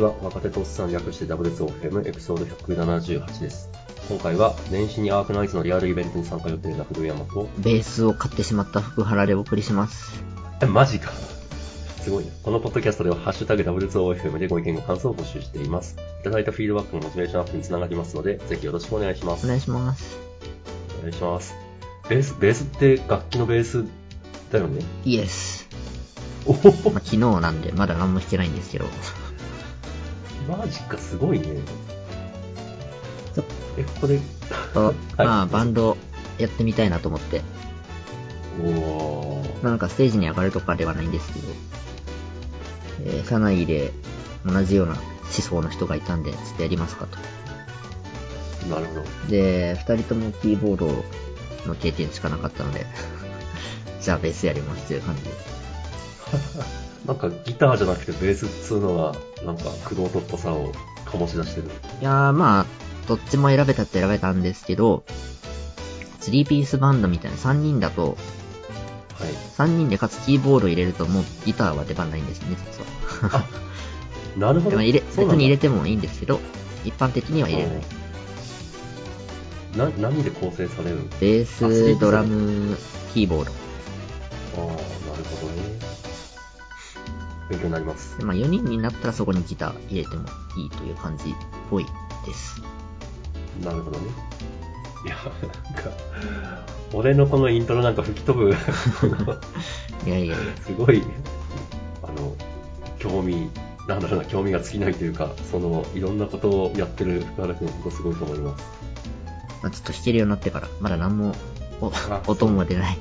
は、若手とおっさん略して WSOFM エピソード178です。今回は、年始にアークナイツのリアルイベントに参加予定な古山と、ベースを買ってしまった福原でお送りします。えマジか。すごいね。このポッドキャストでは、ハッシュタグ WSOFM でご意見ご感想を募集しています。いただいたフィードバックのモチベーションアップにつながりますので、ぜひよろしくお願いしますお。願いします。お願いします。ベース、ベースって楽器のベースだよね。イエス。おほほまあ、昨日なんでまだ何も弾けないんです けど。マジか、すごいね。え、ここで、とはいまあバンドやってみたいなと思って。おー。まあなんかステージに上がるとかではないんですけど。えー社内で同じような思想の人がいたんで、ちょっとやりますかと。なるほど。で、二人ともキーボードの経験しかなかったので、 じゃあベースやりますという感じで。なんかギターじゃなくてベースっつうのは、なんかクロートっぽさを醸し出してる。いやーまあ、どっちも選べたって選べたんですけど、3ピースバンドみたいな3人だと、はい。 3人でかつキーボード入れるともうギターは出番ないんですよね、実は。なるほでど。も入れ、別そうなんに入れだてもいいんですけど、一般的には入れなない。何で構成されるのベーあ3ピース、スドラム、キーボード。ああ、なるほどね。勉強になります。でまあ4人になったらそこにギター入れてもいいという感じっぽいです。なるほどね。いや、なんか、俺のこのイントロなんか吹き飛ぶ、 いやいやいや。すごい、あの、興味、なんだろうな、興味が尽きないというか、その、いろんなことをやってる福原君、本当すごいと思います。まあ、ちょっと弾けるようになってから、まだ何もおあ音も出ない。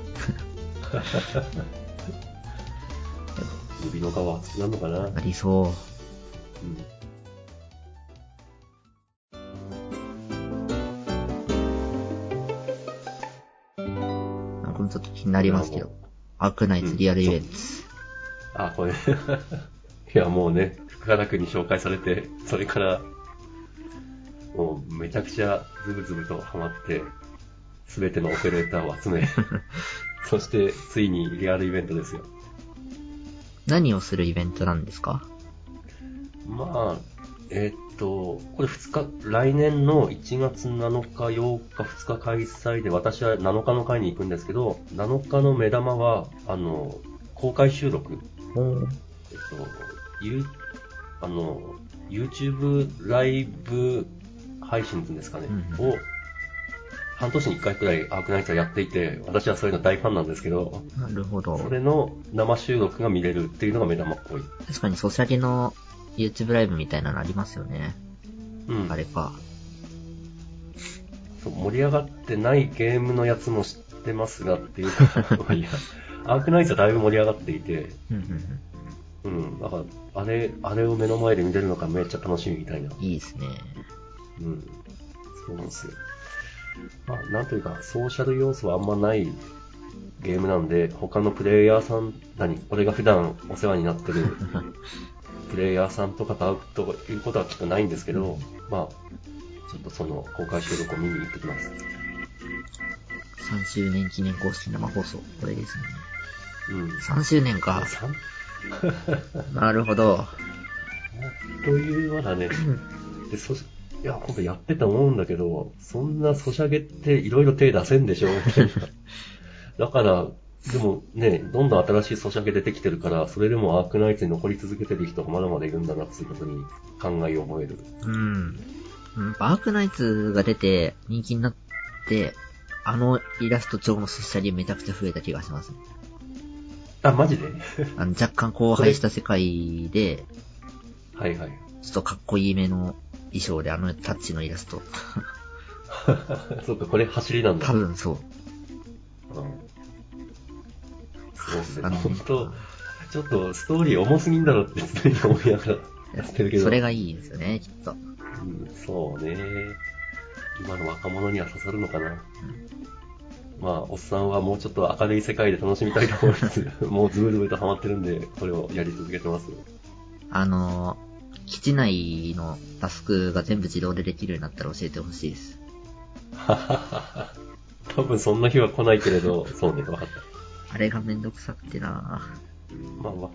指の皮厚くなるのかなありそう。なんかもうちょっと気になりますけど。アークナイツリアルイベント。あ、これ。い や、もうね、福原君に紹介されて、それから、もうめちゃくちゃズブズブとハマって、すべてのオペレーターを集め、そしてついにリアルイベントですよ。何をするイベントなんですかまあ、えーっと、これ2日、来年の1月7日、8日、2日開催で、私は7日の会に行くんですけど、7日の目玉は、あの、公開収録。えっと、ゆあの、YouTube ライブ配信っていうんですかね、うんを、半年に1回くらいアークナイツはやっていて、私はそういうの大ファンなんですけど、なるほどそ。れの生収録が見れるっていうのが目玉っぽい。確かにソシャゲの YouTube ライブみたいなのありますよね。うんあ。れか。そう盛り上がってないゲームのやつも知ってますがっていうか、まあいや、アークナイツはだいぶ盛り上がっていて、うんうんうん。うん、だから、あれ、あれを目の前で見れるのがめっちゃ楽しみみたいな。いいですね。うん。そうなんですよ。まあ、なんというか、ソーシャル要素はあんまないゲームなんで、他のプレイヤーさん、何俺が普段お世話になってるプレイヤーさんとかと会うということはきっとないんですけど、まあ、ちょっとその公開収録を見に行ってきます。 3周年記念公式生放送。これですね。うん。 3周年か。さんなるほど。というようなね、でそしいや、今度やってて思うんだけど、そんなソシャゲっていろいろ手出せんでしょ だから、でもね、どんどん新しいソシャゲ出てきてるから、それでもアークナイツに残り続けてる人がまだまだいるんだなっていうことに考えを覚える。うん。うんバークナイツが出て人気になって、あのイラスト調のソシャゲめちゃくちゃ増えた気がしますね。あ、マジであの若干荒廃した世界で、はいはい。 ちょっとかっこいいめの衣装であのタッチのイラスト。そっか、これ走りなんだ。多分そう。うんそうですあね。の本当ちょっとストーリー重すぎんだろって常に思いながらやってるけど。それがいいんですよね、きっと。うんそうね。今の若者には刺さるのかな。まあ、おっさんはもうちょっと明るい世界で楽しみたいと思います。もうズブズブとハマってるんで、これをやり続けてます。あのー、基地内のタスクが全部自動でできるようになったら教えてほしいです。多分そんな日は来ないけれど、そうね、わかった。あれがめんどくさくてなまあまあ。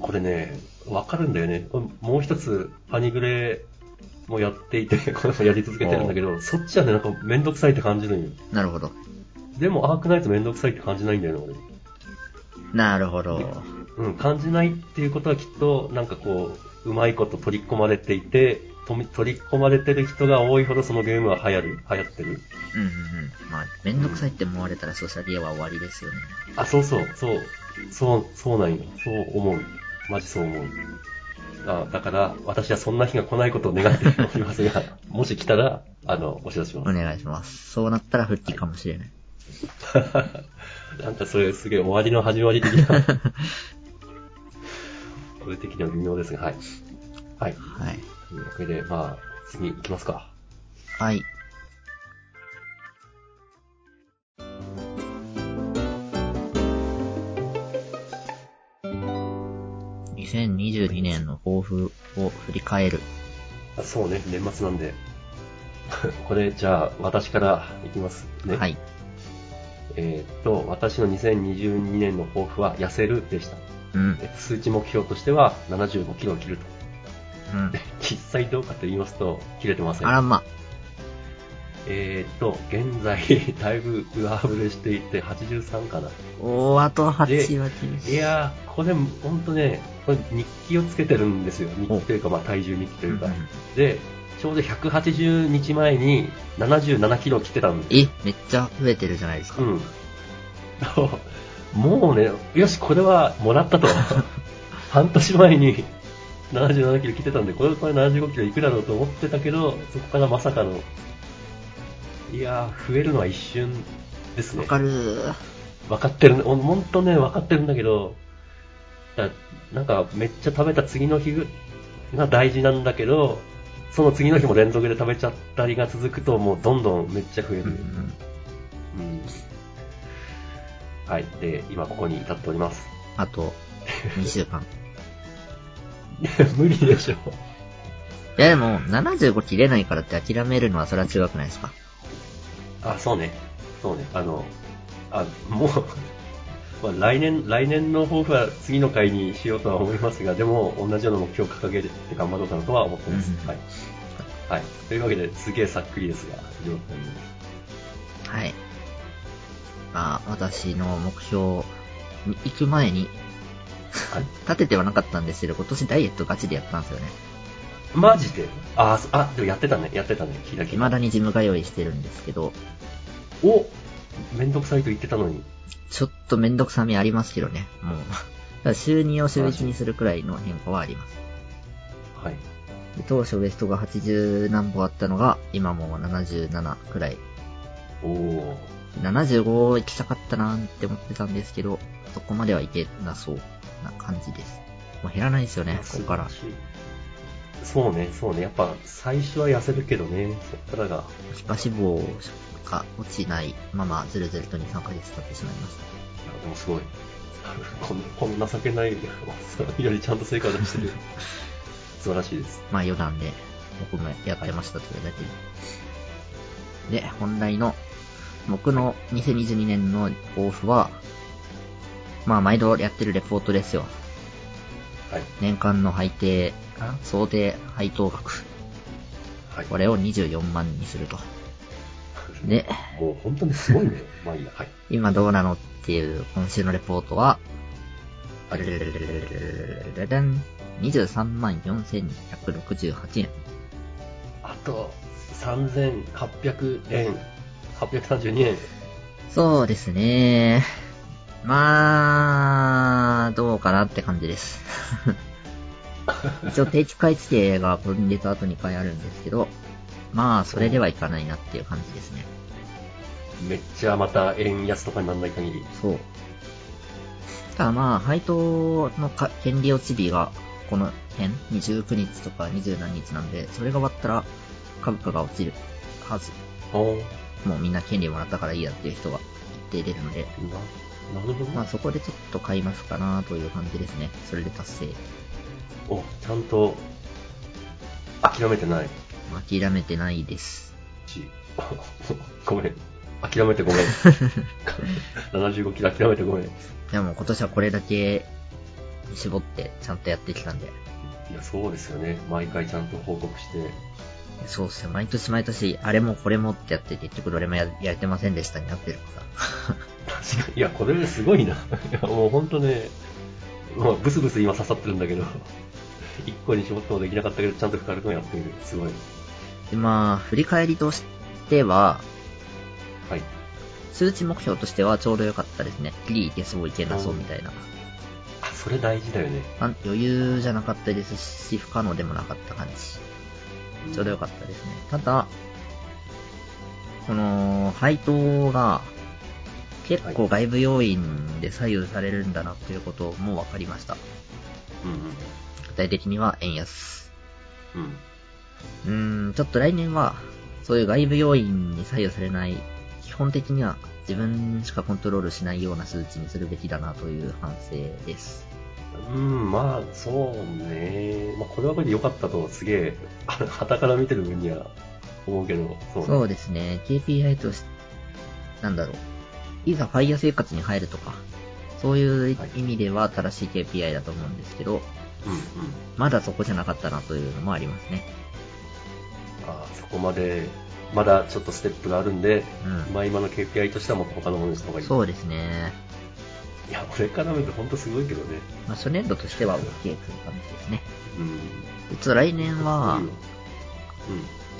これね、わかるんだよね。これもう一つ、ハニグレもやってい て、これもやり続けてるんだけど、そっちはね、なんかめんどくさいって感じるんよ。なるほど。でも、アークナイトめんどくさいって感じないんだよね、なるほど。俺。うん、感じないっていうことはきっと、なんかこう、うまいこと取り込まれていて、とみ取り込まれてる人が多いほどそのゲームは流行る流行ってるうんうんうん。まあ、めんどくさいって思われたらソシャゲは終わりですよね。あ、そうそう、そう、そう、そうなんよ。そう思う。マジそう思う。あだから、私はそんな日が来ないことを願っております が、もし来たら、あの、お知らせしおます。願いします。そうなったら復帰かもしれない。 なんかそれすげえ終わりの始まり的 な。これ的には微妙ですが、はい。はい。はい。というわけで、まあ、次行きますか。はい。2022年の抱負を振り返る。あそうね、年末なんで。 これ、じゃあ、私から行きますね。はい。えーっと、私の2022年の抱負は、痩せるでした。うん。え数値目標としては75キロを切ると。うん。実際どうかと言いますと、切れてませんあ。らま。えーっと、現在、 だいぶ上振れしていて、83かな。おー、あと8は厳しいい。やー、これ、ほんとね、これ日記をつけてるんですよ。日記というか、まあ、体重日記とういんううんか。で、ちょうど180日前に77キロを切ってたんです。え、めっちゃ増えてるじゃないですか。うん。 もうね、よし、これはもらった と。半年前に77キロ来てたんで、これこれ75キロいくらだろうと思ってたけど、そこからまさかの。いやー、増えるのは一瞬ですわね。かるー。分かってる、ほんほんとね、分かってるんだけど、だなんかめっちゃ食べた次の日が大事なんだけど、その次の日も連続で食べちゃったりが続くと、もうどんどんめっちゃ増える。うんうんうんはい。で、今ここに至っております。 あと、2週間。無理でしょ。いやでも、75切れないからって諦めるのはそれは違くないですかあ、そうね。そうね。あの、あ、もう、まあ、来年、来年の抱負は次の回にしようとは思いますが、でも、同じような目標を掲げて頑張ろうかなとは思ってますうんう。んはい。はい。というわけで、すげえさっくりですが、以上になりますはい。まあ、私の目標に行く前に、 はい立ててはなかったんですけど、今年ダイエットガチでやったんですよね。マジであ、そあ、でもやってたね。やってたね。聞いた聞い未た。だにジム通いしてるんですけど、おめんどくさいと言ってたのに。ちょっとめんどくさみありますけどね、もう。だから週2を週1にするくらいの変化はあります。はい。で当初ウエストが80何歩あったのが、今もう77くらい。おー。 75行きたかったなーって思ってたんですけど、そこまではいけなそうな感じです。もう減らないですよね、ここから。そうね、そうね。やっぱ、最初は痩せるけどね、そっからが。皮下脂肪が落ちないままずるずると2、3ヶ月経ってしまいましいやでもすごい。 こんこんな情けない、 よりちゃんと成果を出 してる。素晴らしいです。た。まあ余談で僕もやってましたというだけで。で、本題の僕の2022年の抱負は、まあ毎度やってるレポートですよ。はい。年間の配定、あ想定配当額。はい。 これを24万にすると。で、もう本当にすごいね。 まあいいや。はい。今どうなのっていう今週のレポートは、はい23万4168円。あと、3800円、832円。そうですね。まあ、どうかなって感じです。一応定期会期計が分裂あと2回あるんですけど、まあ、それではいかないなっていう感じですね。めっちゃまた円安とかにならない限り。そう。ただまあ、配当のか権利落ち日が、この辺、29日とか20何日なんで、それが終わったら株価が落ちるはず。おーもうみんな権利もらったからいいやっていう人が一定出るので、な、なるほど。まあそこでちょっと買いますかなという感じですね。それで達成。お、ちゃんと、諦めてない。諦めてないです。ち ごめん。諦めて ごめん。75キロ諦めてごめん。でも今年はこれだけに絞ってちゃんとやってきたんで。いや、そうですよね。毎回ちゃんと報告して。そうっすよ。毎年毎年、あれもこれもってやって、結局どれもややれてませんでしたになってるから。確かに。いや、これすごいな。いや、もうほんとね、まあ、ブスブス今刺さってるんだけど、一個に絞ってもできなかったけど、ちゃんと深く君やってみる。すごい。 で、まあ、振り返りとしては、はい。数値目標としてはちょうど良かったですね。ギリいけそういけなそうみたいな。あ、それ大事だよね。あ余裕じゃなかったですし、不可能でもなかった感じ。ちょうど良かったですね。ただ、この、配当が、結構外部要因で左右されるんだなということも分かりました。うん具体的には円安。うん。うん。うーん、ちょっと来年は、そういう外部要因に左右されない、基本的には自分しかコントロールしないような数値にするべきだなという反省です。うん、まあ、そうね。まあ、これはこれで良かったと、すげえ、はたから見てる分には思うけど、そうね。そうですね、KPI とし、なんだろう、いざファイヤー生活に入るとか、そういう意味では正しい KPI だと思うんですけど、うんうん。まだそこじゃなかったなというのもありますね。あーそこまで、まだちょっとステップがあるんで、うんまあ今の KPI としてはもっと他のものにした方がいい。そうですね。いや、俺から見ると本当すごいけどね。まあ、初年度としては OK という感じですね。うん。でちょっと来年はうん、。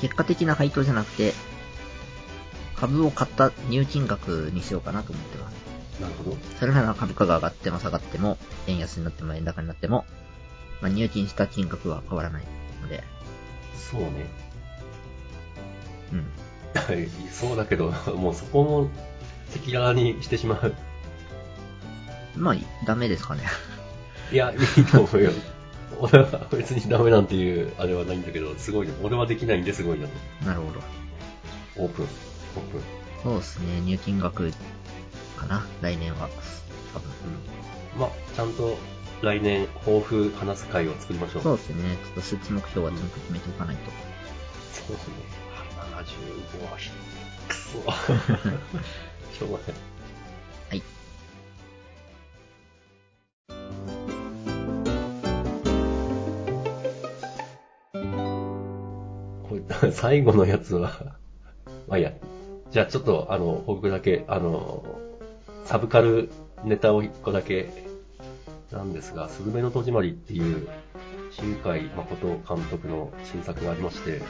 結果的な配当じゃなくて、株を買った入金額にしようかなと思ってます。なるほど。それなら株価が上がっても下がっても、円安になっても円高になっても、まあ、入金した金額は変わらないので、そうね。 うん。はいそうだけど、もうそこも赤裸々にしてしまう。まあ、ダメですかね。 いや、いいと思うよ。 俺は別にダメなんていうあれはないんだけど、すごいね。俺はできないんですごいなと。なるほど。オープン。オープン。そうですね、入金額かな、来年は。多分。まあ、ちゃんと来年、抱負話す会を作りましょう。そうですね、ちょっと数値目標はちゃんと決めておかないと。そうですね。75はひ、くそ。しょうがない。はい。これ、最後のやつは、まあいいや。じゃあちょっと、あの、報告だけ、あの、サブカルネタを一個だけ、なんですが、スズメの戸締まりっていう、新海誠監督の新作がありまして、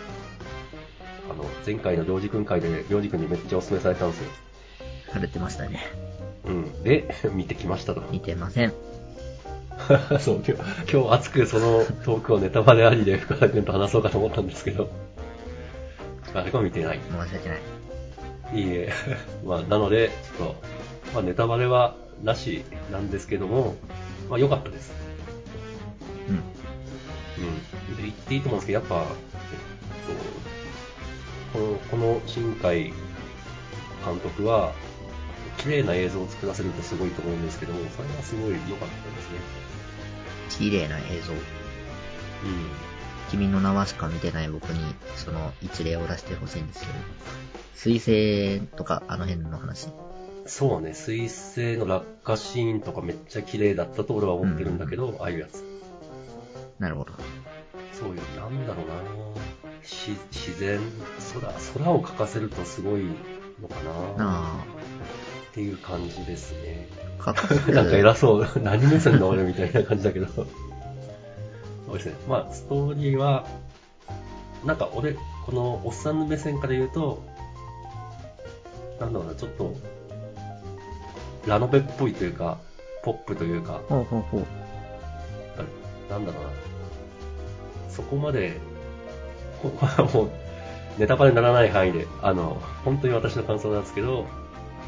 あの、前回の領事君会で、領事君にめっちゃお勧めされたんですよ。されてましたね。うん。で、見てきましたと。見てません。 そう、今日、今日熱くそのトークをネタバレありで深田君と話そうかと思ったんですけど、誰も見てない。申し訳ない。いいえ。 まあ、なので、ちょっと、まあ、ネタバレはなしなんですけども、まあ、良かったです。うん。うん。で、言っていいと思うんですけど、やっぱ、えっと、この、この新海監督は、綺麗な映像を作らせるってすごいと思うんですけども、それはすごい良かったですね。綺麗な映像。うん。君の名はしか見てない僕に、その一例を出してほしいんですけど、水星とかあの辺の話。そうね、水星の落下シーンとかめっちゃ綺麗だったと俺は思ってるんだけど、ああいうやつ。なるほど。そうよ、なんだろうなし自然、空、空を描かせるとすごいのかなっなていう感じですね。あ、かっこよ くなんか偉そう、何目線の俺みたいな感じ だけど。そうですね。まあ、ストーリーは、なんか俺、このおっさんの目線から言うと、なんだろうな、ちょっと、ラノベっぽいというか、ポップというか、ほうほうほう。なんだろうな。そこまで、ここはもう、ネタバレにならない範囲で、あの、本当に私の感想なんですけど、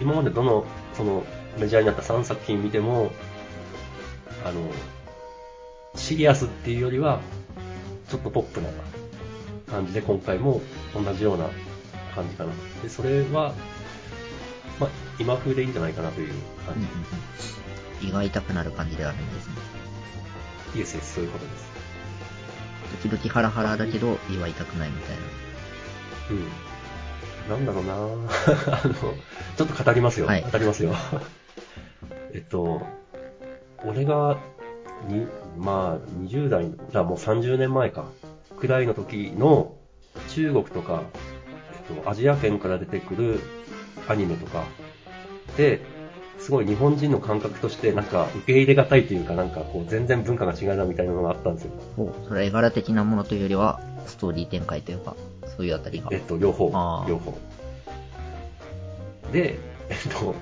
今までどの、その、メジャーになった3作品見ても、あの、シリアスっていうよりは、ちょっとポップな感じで、今回も同じような感じかな。で、それは、まあ、今風でいいんじゃないかなという感うんうんじ。うん。胃が痛くなる感じではないですね。イエスイエス、そういうことです。時々ハラハラだけど、胃は痛くないみたいな。うん。なんだろうな あの、ちょっと語りますよ。 はい語りますよ。えっと、俺がに、まあ、20代、じゃあもう30年前か、くらいの時の中国とか、えっと、アジア圏から出てくるアニメとかで、すごい日本人の感覚として、なんか受け入れがたいというか、なんかこう全然文化が違うなみたいなのがあったんですよ。ほう、それは絵柄的なものというよりは、ストーリー展開というか、そういうあたりが。えっと、両方あ、ー両方。で、えっと、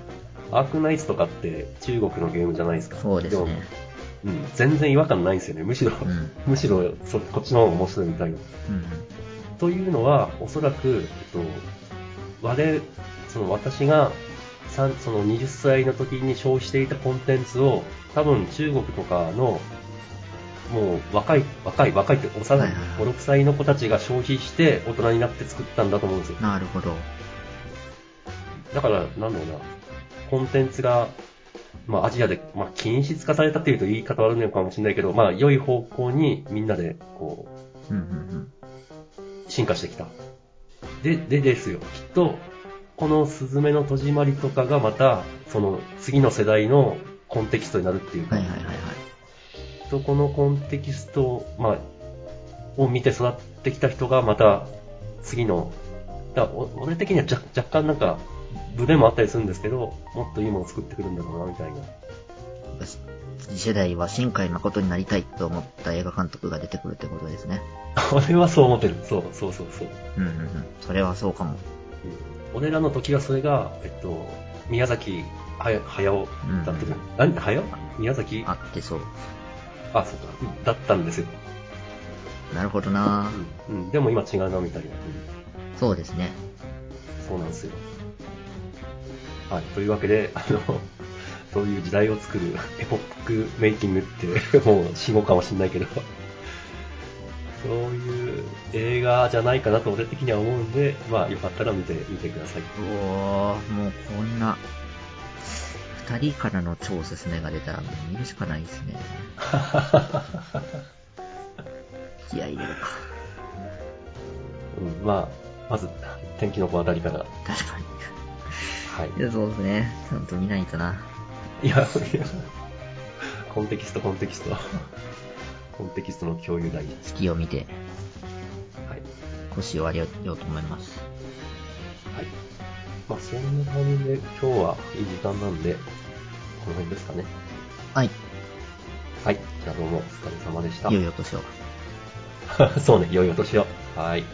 アークナイツとかって中国のゲームじゃないですか。そうですね。でも。うん、全然違和感ないんですよね。むしろ、うん。うん むしろそこっちの方が面白いみたいな。うん。というのは、おそらく、えっと、我、その私が、さんその20歳の時に消費していたコンテンツを、多分中国とかの、もう若い、若い、若いって幼い、はいはいはい5、6歳の子たちが消費して大人になって作ったんだと思うんですよ。なるほど。だから、なんだろうな、コンテンツが、まあアジアで、まあ禁止化されたっていうと言い方悪いのかもしれないけど、まあ良い方向にみんなで、こう、うんうん進化してきた。で、でですよ、きっと、このスズメの戸締まりとかがまた、その次の世代のコンテキストになるっていううん。か、はいはいはいはきい。っとこのコンテキストを、まあ、を見て育ってきた人がまた次の、だからお俺的には若若干なんか、ブレもあったりするんですけど、もっといいものを作ってくるんだろうな、みたいな。次世代は新海誠になりたいと思った映画監督が出てくるってことですね。 俺はそう思ってる。そうそうそうそう。うんうんうん。それはそうかも。うん俺らの時はそれが、えっと、宮崎はや駿だったじゃん。何駿宮崎あってそう。あ、そうか。うんだったんですよ。なるほどなうん。うんでも今違うな、みたいな。そうですね。うんそうなんですよ。はい。というわけで、あの、 そういう時代を作るエポックメイキングって、 もう死語かもしんないけど、 そういう映画じゃないかなと俺的には思うんで、まあ、よかったら見てみてください。うおー、もうこんな、二人からの超おすすめが出たらもう見るしかないですね。気合い入れるか。うん、まあ、まず、天気の子あたりから。確かはい。に。いや、そうですね。ちゃんと見ないとな。いや、いや、コンテキスト、コンテキスト。コンテキストの共有大事。月を見て、はい。腰を割りようと思います。はい。まあ、そんな感じで、今日はいい時間なんで、この辺ですかね。はい。はい。じゃあどうも、お疲れ様でしたいよ。いよ年を。 そうね、良いお年を。はい。